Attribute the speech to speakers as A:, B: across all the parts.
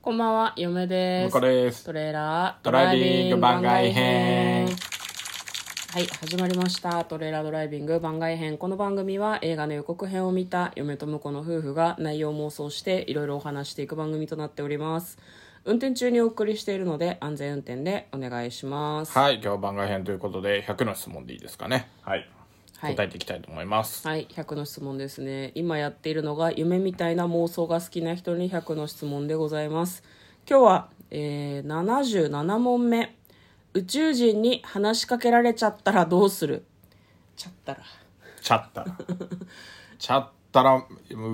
A: こんばんは、嫁で
B: 向
A: す。
B: こうです
A: トレーラー
B: ドライビング番外編
A: はい、始まりました。トレーラードライビング番外編。この番組は映画の予告編を見た嫁と婿の夫婦が内容妄想していろいろお話していく番組となっております。運転中にお送りしているので安全運転でお願いします。
B: はい今日番外編ということで100の質問でいいですかねはい、
A: はい
B: 答えていきたいと思います
A: はい、100の質問ですね。今やっているのが夢みたいな妄想が好きな人に100の質問でございます。今日は、えー、77問目。宇宙人に話しかけられちゃったらどうするちゃったら。
B: ちゃったらちゃったら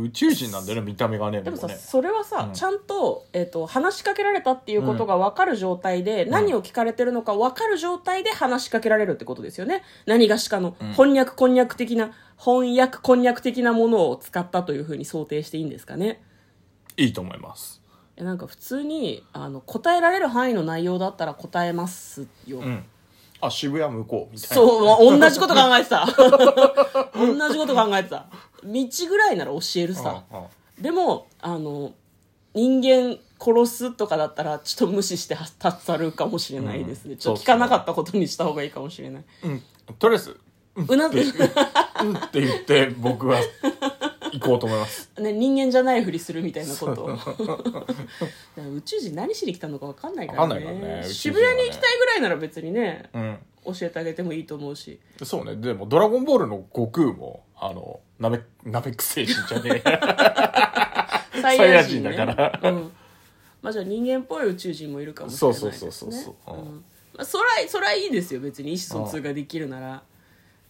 B: 宇宙人なんだよね見た目がね
A: でもさ、
B: ね
A: それはさ、ちゃんと,、えー、と話しかけられたっていうことが分かる状態で、何を聞かれてるのか分かる状態で話しかけられるってことですよね何がしかの翻訳こんにゃく的な翻訳こんにゃく的なものを使ったというふうに想定していいんですかね
B: いいと思います
A: いやなんか普通にあの答えられる範囲の内容だったら答えますよ、
B: うんあ渋谷向こうみたいな
A: そう同じこと考えてた 同じこと考えてた道ぐらいなら教えるさ、
B: うんうん
A: でもあの人間殺すとかだったらちょっと無視して立ち去るかもしれないですね、
B: うん
A: ちょっと聞かなかったことにした方がいいかもしれない
B: とりあえず
A: うなず
B: うんって 言って僕は行こうと思います
A: ね、人間じゃないふりするみたいなことをだ から宇宙人何しに来たのか分かんないからね
B: 分かんないからね宇宙人はね
A: 渋谷に行きたいぐらいなら別にね
B: うん
A: 教えてあげてもいいと思うし
B: そうねでも「ドラゴンボール」の悟空もあのなめなめくせ人 じゃねえ
A: サ
B: イヤ人だから
A: ねうんまあじゃあ人間っぽい宇宙人もいるかもしれ
B: そ
A: な
B: う
A: いです
B: そう
A: ね
B: そうそうそう、う
A: うん
B: ん
A: まあそらそらいいですよ別に意思疎通ができるなら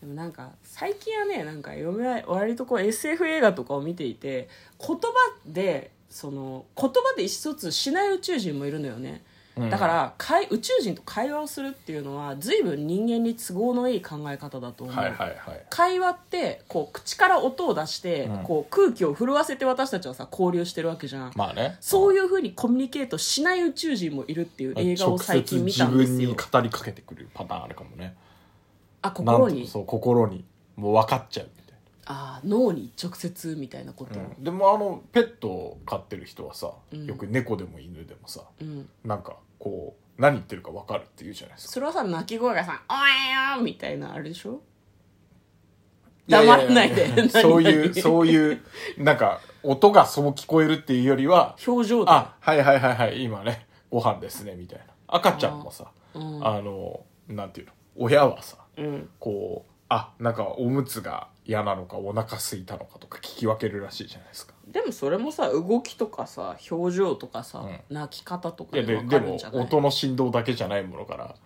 A: でもなんか最近はねなんか嫁は割とこう SF 映画とかを見ていて言葉でその言葉で意思疎通しない宇宙人もいるのよね
B: うん
A: だから、かい宇宙人と会話をするっていうのは随分人間に都合のいい考え方だと思う、
B: はいはいはい
A: 会話ってこう口から音を出して、
B: うん
A: こう空気を震わせて私たちはさ交流してるわけじゃん、
B: まあね
A: そういうふうにコミュニケートしない宇宙人もいるっていう映画を最近見たん
B: 直
A: で
B: 接
A: す
B: 自
A: よ
B: 分に語りかけてくるパターンあるかもね
A: あ心
B: なん
A: に
B: とそう心にもう分かっちゃうみたい
A: あー脳に直接みたいなこと
B: な、うんでもあのペットを飼ってる人はさ、
A: うん
B: よく猫でも犬でもさ
A: うん、
B: なんかこう何言ってるか分かるって言うじゃないですか
A: それはさ鳴き声がさ「おえよ!」みたいなあれでしょ
B: やや
A: 黙らないで何
B: そういう
A: 何
B: そういうなんか音がそう聞こえるっていうよりは
A: 表情だ
B: あはいはいはいはい今ねご飯ですねみたいな赤ちゃんもさ
A: あうん
B: あのなんていうの親はさ
A: うん
B: こうあなんかおむつが嫌なのかお腹空いたのかとか聞き分けるらしいじゃないですか
A: でもそれもさ動きとかさ表情とかさ、
B: う
A: 泣き方とか
B: いや
A: で
B: で
A: 分か
B: で
A: るん
B: も
A: じゃない
B: 音の振動だけじゃないものから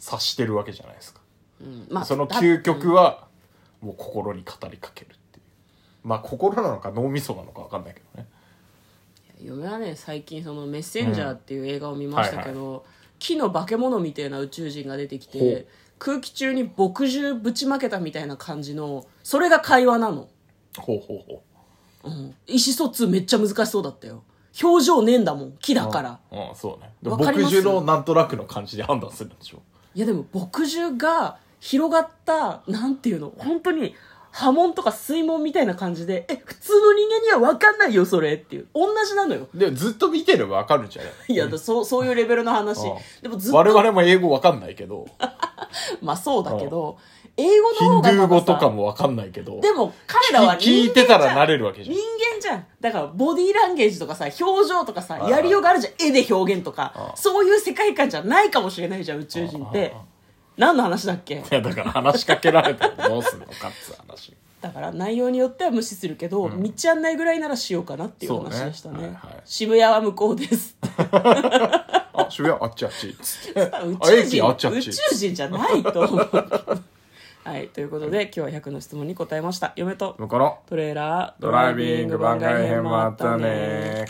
B: 察してるわけじゃないですか、
A: うんまあ、
B: その
A: だ
B: 究極はもう心に語りかけるっていうまあ心なのか脳みそなのか分かんないけどね
A: 嫁はね最近その「メッセンジャー」っていう映画を見ましたけど、木の化け物みたいな宇宙人が出てき
B: ほ
A: て
B: う
A: 空気中に墨汁ぶちまけたみたいな感じのそれが会話なの、
B: ほうほうほ
A: うん、意思疎通めっちゃ難しそうだったよ表情ねえんだもん木だ
B: う
A: から、
B: うん、うんそうねで
A: わかり
B: 牧
A: ます
B: 汁のなんとなくの感じで判断するんでしょ
A: いやでも墨汁が広がったなんていうの本当に波紋とか水紋みたいな感じでえ普通の人間には分かんないよそれっていう同じなのよ
B: でずっと見てれば分かるんじゃない
A: いやだそうそういうレベルの話
B: うん
A: でもずっと
B: 我々も英語分かんないけど
A: まあそうだけど、英語
B: ヒ
A: の方
B: ン
A: が
B: ドゥー語
A: まださ
B: とかも分かんないけど
A: でも彼らは
B: 聞
A: 人
B: い
A: 間
B: て
A: じゃ
B: た
A: ん
B: らなれるわけじ
A: 人
B: ゃん
A: 間じゃんだからボディーランゲージとかさ表情とかさ
B: ああ
A: やりようがあるじゃん絵で表現と
B: あ
A: か
B: あ
A: そういう世界観じゃないかもしれないじゃん宇宙人って
B: あああ
A: 何の話だっけ
B: いやだから話しかけられたらどうすんのかっつう話
A: だから内容によっては無視するけど、道案内ぐらいならしようかなっていう話でしたね
B: そうねはいはい
A: 渋谷は向こうです
B: あ渋谷あっちあっちっつって
A: 宇宙
B: 駅 あっ
A: 人
B: ちあっ
A: 宇
B: ち
A: 宙人じゃないと思うはいということで今日は100の質問に答えました嫁と
B: 向こうの
A: トレーラード
B: ドライビング番外編もあったね